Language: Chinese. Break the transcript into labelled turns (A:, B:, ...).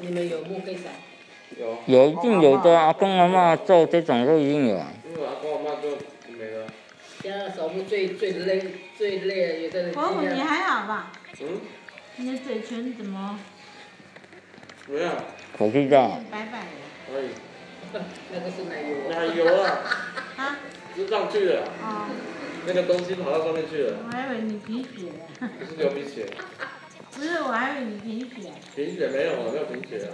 A: 你们有木黑伞？
B: 有，
C: 有一定有的啊，跟阿妈做这种都一定有啊。
B: 因为我阿公阿妈就没了。
A: 加上扫墓最最累最累的，有的人
D: 伯母，你还好吧？
B: 嗯，
D: 你的嘴唇怎么
B: 没有，
C: 我知道，
D: 白白
B: 哎，
A: 那个是奶油
B: 奶油啊，
D: 的？啊？
B: 是上去了，
D: 哦，
B: 那个东西跑到上面去了，
D: 我还以为你贫血 呢。
B: 不是流鼻血，
D: 不是，我还以为你贫血。
B: 贫血没有，没有贫血啊，